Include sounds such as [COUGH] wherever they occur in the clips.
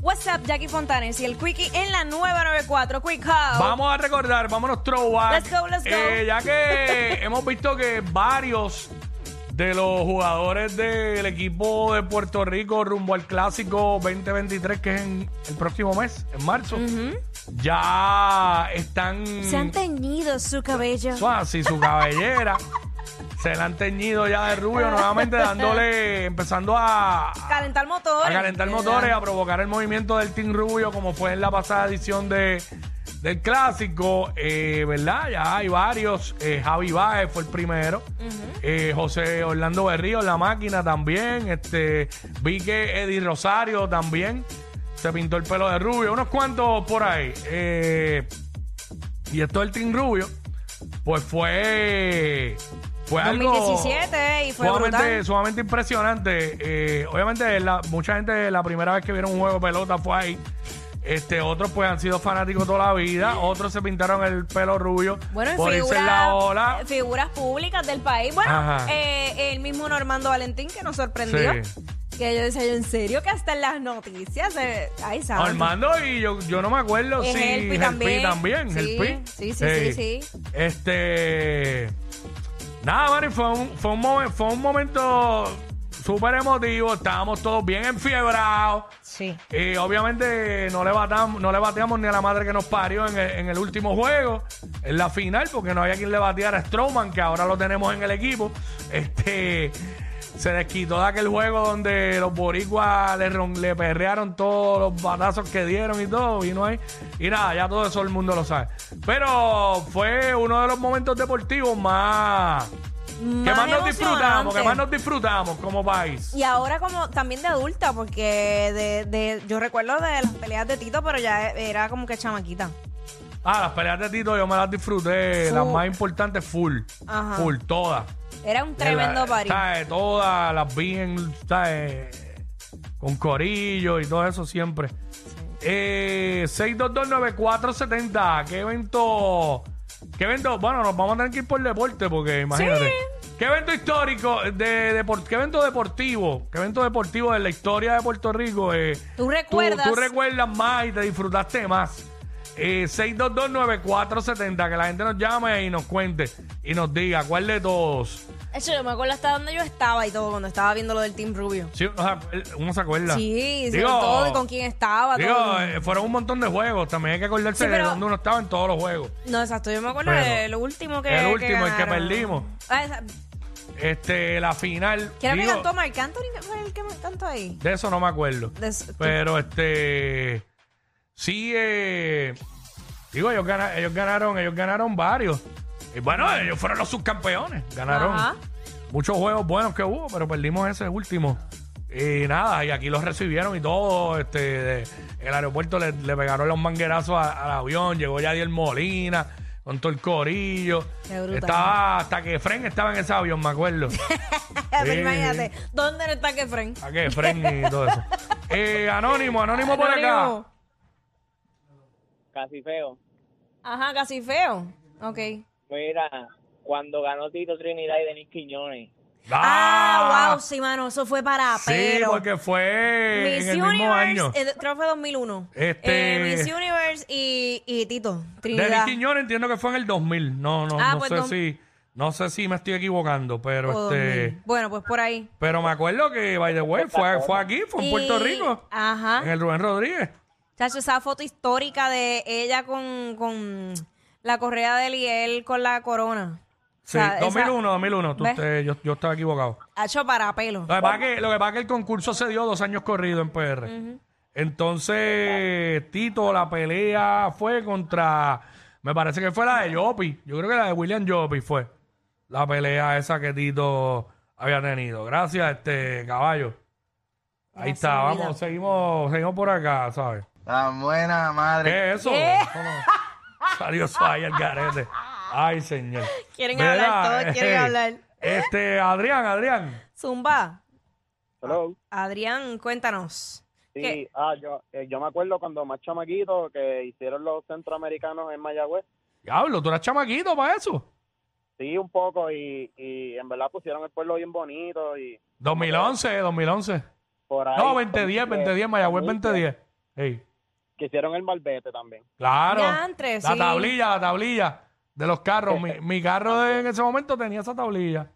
WhatsApp, Jackie Fontanes y el Quickie en la 994. Quick House. Vamos a recordar, vámonos throwback. Let's go, let's go. Eh, ya [LAUGHS] que hemos visto que varios de los jugadores del equipo de Puerto Rico rumbo al Clásico 2023, que es en el próximo mes, en marzo, ya están... Se han teñido su cabello. Suá, sí, su cabellera. Se la han teñido ya de rubio nuevamente, dándole, empezando a, Calentar motores. a calentar motores, a provocar el movimiento del Team Rubio, como fue en la pasada edición de, del clásico, eh, ¿verdad? Ya hay varios. eh, Javi Baez fue el primero. Eh, José Orlando Berrío, la máquina también. Este, vi que Eddie Rosario también se pintó el pelo de rubio. Unos cuantos por ahí. Eh, y esto del Team Rubio, pues fue. Fue algo 2017 eh, y fue sumamente, brutal. sumamente impresionante. Eh, obviamente, la- mucha gente la primera vez que vieron un juego de pelota fue ahí. Este, otros pues han sido fanáticos toda la vida, otros se pintaron el pelo rubio Bueno, y por irse en figuras- la ola. figuras públicas del país. Bueno, Ajá. eh, el mismo Normando Valentín que nos sorprendió. Sí. Que yo decía, yo, en serio que hasta en las noticias. eh, ay, santo. Armando y yo, yo no me acuerdo Es si Helpi Helpi también. Sí, Helpi. Eh, sí, sí, sí, sí. Este nada, Mari, fue un, fue un, momen- fue un momento súper emotivo, estábamos todos bien enfiebrados. Sí. Y obviamente no le, batam- no le bateamos ni a la madre que nos parió en el, en el último juego, en la final, porque no había quien le bateara a Strowman, que ahora lo tenemos en el equipo. Este se desquitó de aquel juego donde los boricuas le, ron- le perrearon todos los batazos que dieron y todo, vino ahí. Y nada, ya todo eso el mundo lo sabe. Pero fue uno de los momentos deportivos más... que más nos disfrutamos, que más nos disfrutamos como país. Y ahora como también de adulta, porque de, de- yo recuerdo de las peleas de Tito, pero ya era como que chamaquita. Ah, las peleas de Tito yo me las disfruté. Full. Las más importantes, full. Ajá. Full, todas. Era un tremendo La- party. ¿sabes? Todas las vi en, ¿sabes? con corillo y todo eso siempre. Eh, 6229470. ¿Qué evento? ¿Qué evento? Bueno, nos vamos a tener que ir por deporte porque imagínate. ¿Qué evento histórico? De, depor- ¿Qué evento deportivo? ¿Qué evento deportivo de la historia de Puerto Rico? eh, ¿Tú recuerdas? Tú, recuerdas más y te disfrutaste más. Eh, 6229470, que la gente nos llame y nos cuente y nos diga cuál de todos. De hecho, yo me acuerdo hasta donde yo estaba y todo, cuando estaba viendo lo del Team Rubio. Sí, uno se acuer- uno se acuerda. Sí, sobre Digo, todo de con quién estaba. digo, todo. eh, fueron un montón de juegos. También hay que acordarse Sí, pero- de dónde uno estaba en todos los juegos. No, exacto, yo me acuerdo Pero- de lo último que el último, el que ganaron. perdimos. Ah, esa- Este, la final. ¿Quién era que digo, cantó Marc Anthony? que fue el que cantó ahí? De eso no me acuerdo. De [LAUGHS] eso- Pero este. Sí, eh, digo, ellos, gana- ellos ganaron, ellos ganaron varios. Y bueno, ellos fueron los subcampeones. Ganaron Ajá. muchos juegos buenos que hubo, pero perdimos ese último. Y nada, y aquí los recibieron y todo. Este, de- el aeropuerto le, le pegaron los manguerazos a- al avión. Llegó Yadier Molina con todo el corillo. Qué brutal. Estaba hasta que Fren estaba en ese avión, [LAUGHS] me acuerdo. Sí. Imagínate, ¿dónde no está Kefren? ¿A qué? Fren y todo eso. Eh, anónimo, anónimo por acá. Casi feo. Ajá, casi feo. Ok. Mira, cuando ganó Tito Trinidad y Denis Quiñones. Ah, wow, sí, mano, eso fue para Sí, pero. porque fue Miss en el mismo Universe, año. eh, creo que fue 2001. Este- Eh, Miss Universe y, y Tito, Denis Trinidad. Quiñones entiendo que fue en el 2000. No, no, Ah, no pues sé dos- Oh, si, no sé si me estoy equivocando, pero o este, 2000. Bueno, pues por ahí. pero me acuerdo que by the way fue, fue aquí, fue en Y- Puerto Rico, Eh. Ajá. en el Rubén Rodríguez. Chacho, esa foto histórica de ella con, con la correa de él y él con la corona. Sí, O sea, esa- 2001, 2001. Tú- ¿Ves? usted- yo, yo estaba equivocado. Hacho para pelo. Lo que, pasa que, lo que pasa que el concurso se dio dos años corrido en PR. Entonces, Tito, la pelea fue contra. Me parece que fue la de Yopi. Yo creo que la de William Yopi fue la pelea esa que Tito había tenido. Gracias, este caballo. Ahí Gracias, vida. está, vamos, seguimos, seguimos por acá, ¿sabes? La buena madre. ¿Qué es eso? ¿Qué? Eso no- Salió eso ahí el garete. Ay, señor. Quieren hablar todos, quieren hablar. Este, Adrián, Adrián. Zumba. Hello. Adrián, cuéntanos. Sí, Ah, ¿Qué? ah, yo, eh, yo me acuerdo cuando más chamaquito que hicieron los centroamericanos en Mayagüez. Diablo, tú eras chamaquito para eso. Sí, un poco, y, y en verdad pusieron el pueblo bien bonito y 2011, 2011. por ahí. No, 2010, 2010, Mayagüez 2010. Ey, que hicieron el malvete también. claro. Diantre, la sí. tablilla, la tablilla de los carros. Mi, mi carro de- en ese momento tenía esa tablilla.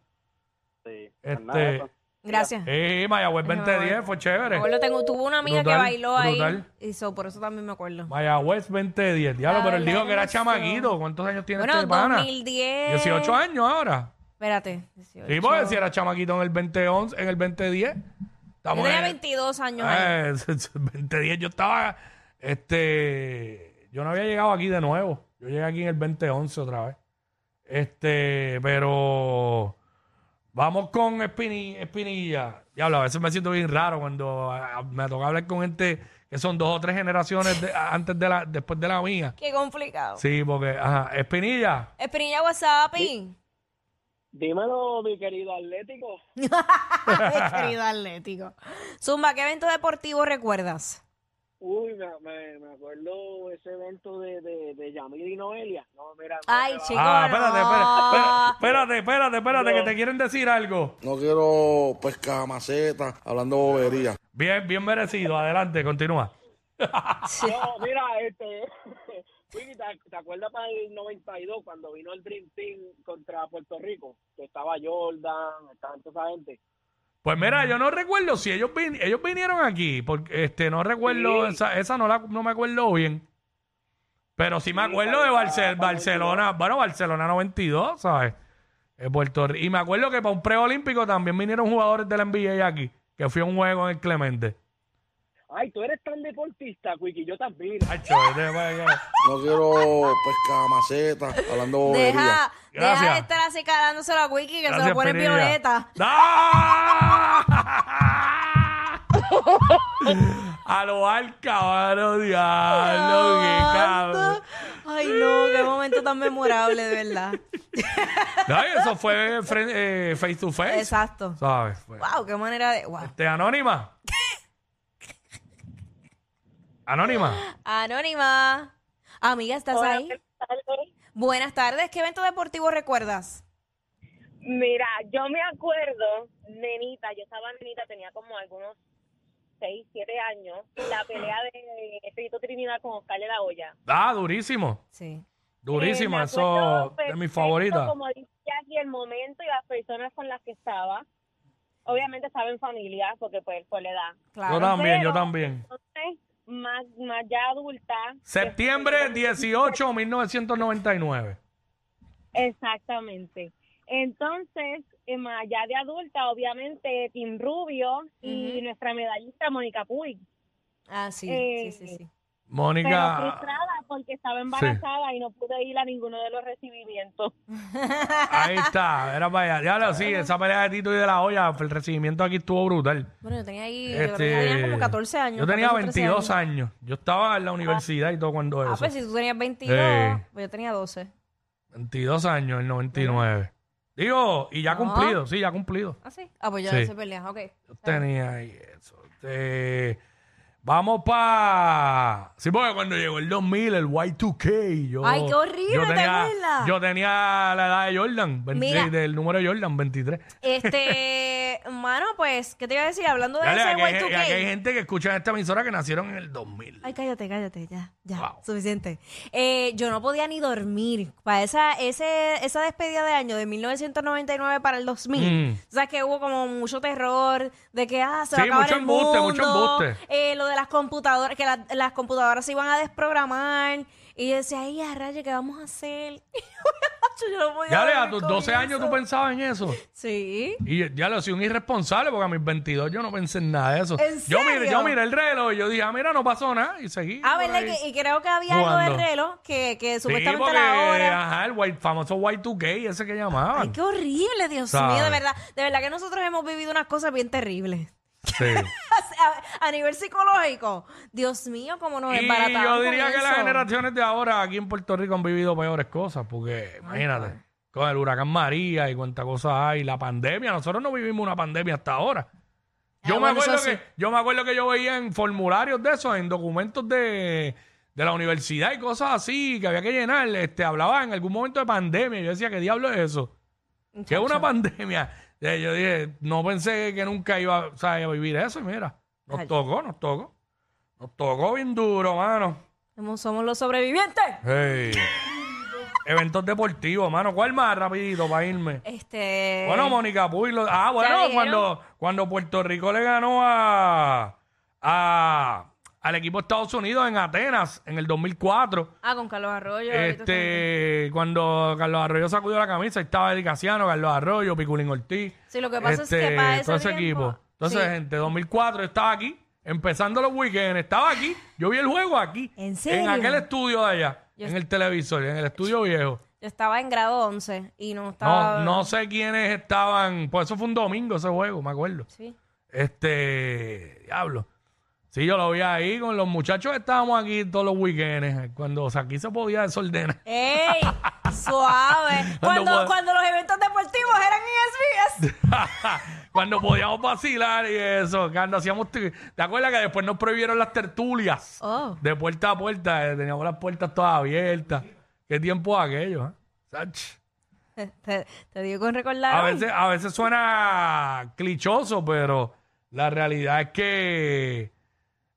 Sí. pues nada, Este, eso. Gracias. sí, Mayagüez 2010, fue Me chévere. acuerdo, tengo, tuve una amiga Brutal, que bailó ahí. brutal. Y so, por eso también me acuerdo. Mayagüez 2010. Diablo, La pero él dijo verdad que era no sé. chamaquito. ¿Cuántos años tiene Bueno, este pana? 2010. 18 años ahora. Espérate. 18. Sí, porque si era chamaquito en el 2011, en el 2010. Yo Estamos tenía en- 22 años. ahí. Eh, [LAUGHS] 2010 yo estaba, este, yo no había llegado aquí de nuevo. Yo llegué aquí en el 2011 otra vez. Este, pero vamos con Espini- Espinilla. Diablo, a veces me siento bien raro cuando ah, me toca hablar con gente que son dos o tres generaciones de- ah, antes de la, después de la mía. Qué complicado. Sí, porque, ajá, Espinilla. Espinilla WhatsApp. Dímelo, mi querido Atlético. [LAUGHS] Querido Atlético. Zumba, ¿qué evento deportivo recuerdas? Uy, me, me, me acuerdo ese evento de, de, de Yamil y Noelia. No, mira, no Ay, me va. chico. Ah, espérate, no. espérate, espérate, espérate, espérate, que te quieren decir algo. No quiero pescar maceta hablando bobería. Bien, bien merecido. Adelante, continúa. No, mira, este. [LAUGHS] Wiki, ¿te, te acuerdas para el 92 cuando vino el Dream Team contra Puerto Rico? Que estaba Jordan, estaba toda esa gente. Pues mira, yo no recuerdo si ellos vin- ellos vinieron aquí, porque este no recuerdo Sí. esa, esa no la no me acuerdo bien. Pero sí me Sí, acuerdo de para- Barce- para Barcelona, bueno, Barcelona 92, ¿sabes? Eh, Puerto Ri- Y me acuerdo que para un preolímpico también vinieron jugadores de la NBA aquí, que fue un juego en el Clemente. Ay, tú eres tan deportista, Wiki, yo también. Ay, [LAUGHS] chévere, vaya. No quiero pescar maceta hablando bobería. Deja, deja Gracias. de estar así calándoselo a Wiki que se Gracias, lo pone Pinilla. violeta. [LAUGHS] ¡No! A lo al cabrón, diablo, qué cabrón. Ay, no, qué momento tan memorable, de [LAUGHS] verdad. No, y eso fue fren- eh, face to face. Exacto. ¿Sabes? Fue- Wow, qué manera de. Wow. Este, anónima. anónima. Anónima. Amiga, ¿estás ahí? Buenas tardes. ¿Qué evento deportivo recuerdas? Mira, yo me acuerdo, nenita, yo estaba nenita, tenía como algunos 6, 7 años, la pelea de Espíritu Trinidad con Oscar de la Hoya. Ah, durísimo. Sí. Durísimo. Eh, me acuerdo eso de mis perfecto, favoritas. Como dice aquí, el momento y las personas con las que estaba. Obviamente estaba en familia, porque pues por la edad. Yo Claro. también, yo Pero, también. Entonces, más, más ya adulta. Septiembre después- 18, 1999. Exactamente. Entonces, eh, más allá de adulta, obviamente, Tim Rubio y Ujú. nuestra medallista Mónica Puig. Ah, sí, sí, sí, sí. Pero Mónica, ah, frustrada porque estaba embarazada y no pude ir a ninguno de los recibimientos. ahí está. Era para allá. Diablo, sí, esa pelea de Tito y de la olla, el recibimiento aquí estuvo brutal. Bueno, yo tenía ahí, yo Este, tenía como 14 años. Yo tenía 14, 13 22 años. Yo estaba en la universidad y todo cuando Ah, eso. pues si tú tenías 22, Sí. pues yo tenía 12. 22 años, el 99. Digo, y ya No. cumplido, sí, ya cumplido. Ah, sí. Ah, pues yo Sí. se pelea, ok. Yo tenía ahí eso. Este, vamos para... Sí, porque cuando llegó el 2000, el Y2K, yo... Ay, qué horrible, yo ¿te tenía, acuerdas? Yo tenía la edad de Jordan, 20 Mira. del número de Jordan, 23. Este, [LAUGHS] mano, pues, ¿qué te iba a decir? Hablando de Dale, ese aquí, hay, Y2K. aquí hay gente que escucha en esta emisora que nacieron en el 2000. Ay, cállate, cállate, ya, ya, Wow. suficiente. Eh, yo no podía ni dormir. Para esa, ese, esa despedida de año de 1999 para el 2000. Mm. O sea, que hubo como mucho terror de que, ah, se Sí, va a acabar mucho el embuste, mundo. mucho embuste. Eh, lo de las computadoras, que la- las computadoras se iban a desprogramar. Y yo decía, ay, a raya, ¿qué vamos a hacer? [LAUGHS] yo no podía Dale, a dormir tus con 12 años eso. tú pensabas en eso. Sí. Y ya lo soy un irresponsable porque a mis 22 yo no pensé en nada de eso. ¿En Yo, miré, serio? yo miré el reloj y yo dije, ah, mira, no pasó nada y seguí. Ah, por ¿verdad? ahí. Que- y creo que había algo Jugando. del reloj que, que Sí, supuestamente porque, la hora. Ajá, el white- famoso Y2K, ese que llamaban. Ay, qué horrible, Dios ¿Sabes? mío, de verdad. De verdad que nosotros hemos vivido unas cosas bien terribles. [LAUGHS] O Sí. sea, a, nivel psicológico, Dios mío, cómo nos y embaratamos. yo con diría que las eso. generaciones de ahora aquí en Puerto Rico han vivido peores cosas porque, imagínate, con el huracán María y cuánta cosas hay, la pandemia. Nosotros no vivimos una pandemia hasta ahora. Ah, Yo, me bueno, eso acuerdo sí. que, yo me acuerdo que yo veía en formularios de esos, en documentos de, de la universidad y cosas así que había que llenar. Este, hablaba en algún momento de pandemia. y Yo decía, ¿qué diablo es eso? ¿Qué es una pandemia? [LAUGHS] Eh, Yo dije, no pensé que nunca iba, o sea, iba a vivir eso. Y mira, nos Ay. tocó, nos tocó. Nos tocó bien duro, mano. Somos- Somos los sobrevivientes. [LAUGHS] Hey. Eventos deportivos, mano. ¿Cuál más rapidito para irme? Este. Bueno, Mónica Puy. lo- Ah, bueno, dijeron. cuando, cuando Puerto Rico le ganó a, a- al equipo de Estados Unidos en Atenas en el 2004. Ah, con Carlos Arroyo. y toda esa gente. Este, cuando Carlos Arroyo sacudió la camisa, ahí estaba Eric Casiano, Carlos Arroyo, Piculín Ortiz. Sí, lo que pasa es que Este, para ese todo ese tiempo- equipo. Entonces, Sí. gente, 2004 yo estaba aquí, empezando los weekends, estaba aquí, yo vi el juego aquí. ¿En serio? aquel estudio de allá, Yo- en el televisor, en el estudio viejo. Yo estaba en grado 11 y no No, estaba. no sé quiénes estaban, pues eso fue un domingo ese juego, me acuerdo. Sí. Este, diablo. Sí, yo lo vi ahí con los muchachos, estábamos aquí todos los weekends, cuando o sea, aquí se podía desordenar. [LAUGHS] ¡Ey! Suave. Cuando Cuando, pueda- cuando los eventos deportivos eran en [LAUGHS] SBS. cuando podíamos vacilar y eso, cuando hacíamos... tri- ¿Te acuerdas que después nos prohibieron las tertulias? Oh. De puerta a puerta, eh, teníamos las puertas todas abiertas. ¿Qué tiempo aquello? eh? Sach. Te, te digo con recordar. A hoy. veces, a veces suena clichoso, pero la realidad es que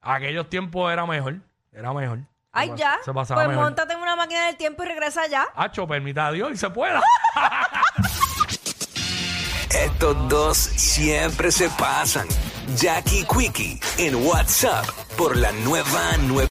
aquellos tiempos era mejor, era mejor. Ay, Se pas- ya. Se Pues pasaba mejor. montate en una máquina del tiempo y regresa ya. Hacho, permita a Dios y se pueda. Estos dos siempre se pasan. Jackie Quickie en WhatsApp por la nueva nueva.